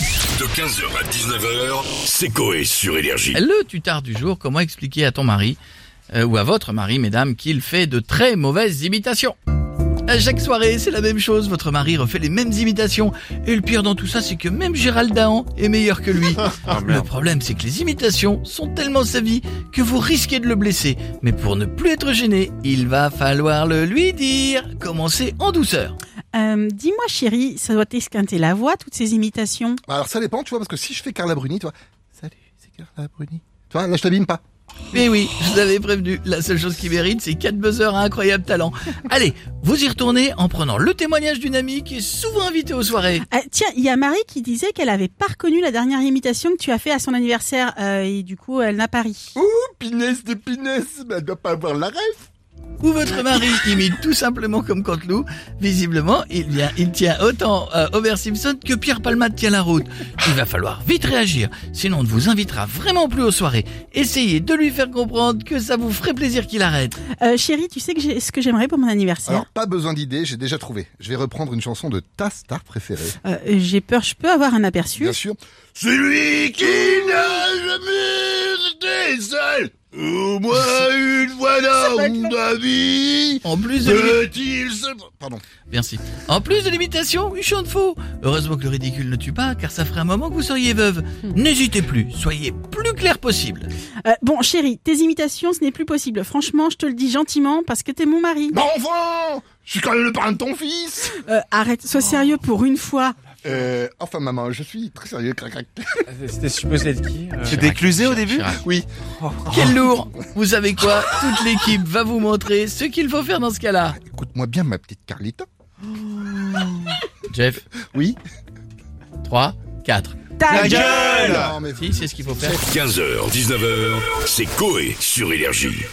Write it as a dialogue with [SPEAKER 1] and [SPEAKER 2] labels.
[SPEAKER 1] De 15h à 19h, c'est Coé sur Énergie.
[SPEAKER 2] Le tutard du jour, comment expliquer à ton mari, euh, ou à votre mari, mesdames, qu'il fait de très mauvaises imitations à chaque soirée, c'est la même chose, votre mari refait les mêmes imitations. Et le pire dans tout ça, c'est que même Gérald Dahan est meilleur que lui. le problème, c'est que les imitations sont tellement savies que vous risquez de le blesser. Mais pour ne plus être gêné, il va falloir le lui dire. Commencez en douceur.
[SPEAKER 3] Euh, Dis-moi, chérie, ça doit t'esquinter la voix, toutes ces imitations.
[SPEAKER 4] Bah, Alors ça dépend, tu vois, parce que si je fais Carla Bruni, tu vois. Salut, c'est Carla Bruni. Tu vois, là je t'abîme pas.
[SPEAKER 2] Mais oui, je vous avais prévenu, la seule chose qui mérite, c'est 4 buzzers à incroyable talent. Allez, vous y retournez en prenant le témoignage d'une amie qui est souvent invitée aux soirées.
[SPEAKER 3] Ah, tiens, il y a Marie qui disait qu'elle avait pas reconnu la dernière imitation que tu as fait à son anniversaire euh, et du coup elle n'a pas ri.
[SPEAKER 4] Pinesse Oh, de Pinesse, mais elle doit pas avoir la ref.
[SPEAKER 2] Ou votre mari imite tout simplement comme Canteloup. Visiblement, il, y a- il tient autant euh, Homer Simpson que Pierre Palmade tient la route. Il va falloir vite réagir, sinon on ne vous invitera vraiment plus aux soirées. Essayez de lui faire comprendre que ça vous ferait plaisir qu'il arrête.
[SPEAKER 3] Euh, chérie, tu sais que j'ai- ce que j'aimerais pour mon anniversaire
[SPEAKER 4] Alors pas besoin d'idées, j'ai déjà trouvé. Je vais reprendre une chanson de ta star préférée.
[SPEAKER 3] Euh, J'ai peur, je peux avoir un aperçu.
[SPEAKER 4] Bien sûr. Celui qui n'a jamais été seul, au moins une fois dans la vie,
[SPEAKER 2] En plus de l'imi-
[SPEAKER 4] peut-il se... Pardon.
[SPEAKER 2] Merci. En plus de l'imitation, une chante faux. Heureusement que le ridicule ne tue pas, car ça ferait un moment que vous seriez veuve. N'hésitez plus, soyez plus clair possible.
[SPEAKER 3] Euh, bon, chérie, tes imitations, ce n'est plus possible. Franchement, je te le dis gentiment parce que t'es mon mari.
[SPEAKER 4] Bah enfin Je suis quand même le parrain de ton fils
[SPEAKER 3] Euh, arrête, sois
[SPEAKER 4] Oh.
[SPEAKER 3] sérieux pour une fois.
[SPEAKER 4] Euh, enfin maman, je suis très sérieux, crac crac.
[SPEAKER 5] C'était supposé être qui euh,
[SPEAKER 6] Tu déclusais au début
[SPEAKER 4] Oui,
[SPEAKER 2] Quel lourd Vous savez quoi Toute l'équipe va vous montrer ce qu'il faut faire dans ce cas-là.
[SPEAKER 4] écoute-moi bien ma petite Carlita.
[SPEAKER 2] Jeff,
[SPEAKER 4] Oui
[SPEAKER 2] 3, 4.
[SPEAKER 3] Ta gueule
[SPEAKER 4] Non mais
[SPEAKER 2] Si, c'est ce qu'il faut faire.
[SPEAKER 1] 15h, 19h, c'est Coé sur Énergie.